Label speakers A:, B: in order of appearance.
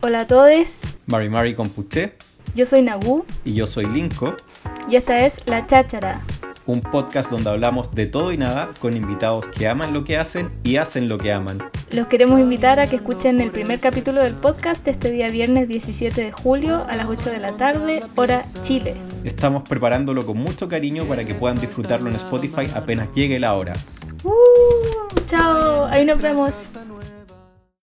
A: Hola a todos,
B: Mari Mari Compuché
A: yo soy Nagu
B: y yo soy Linko,
A: y esta es La Cháchara.
B: un podcast donde hablamos de todo y nada con invitados que aman lo que hacen y hacen lo que aman.
A: Los queremos invitar a que escuchen el primer capítulo del podcast este día viernes 17 de julio a las 8 de la tarde, hora Chile.
B: Estamos preparándolo con mucho cariño para que puedan disfrutarlo en Spotify apenas llegue la hora.
A: ¡Uh! ¡Chao! Ahí nos vemos.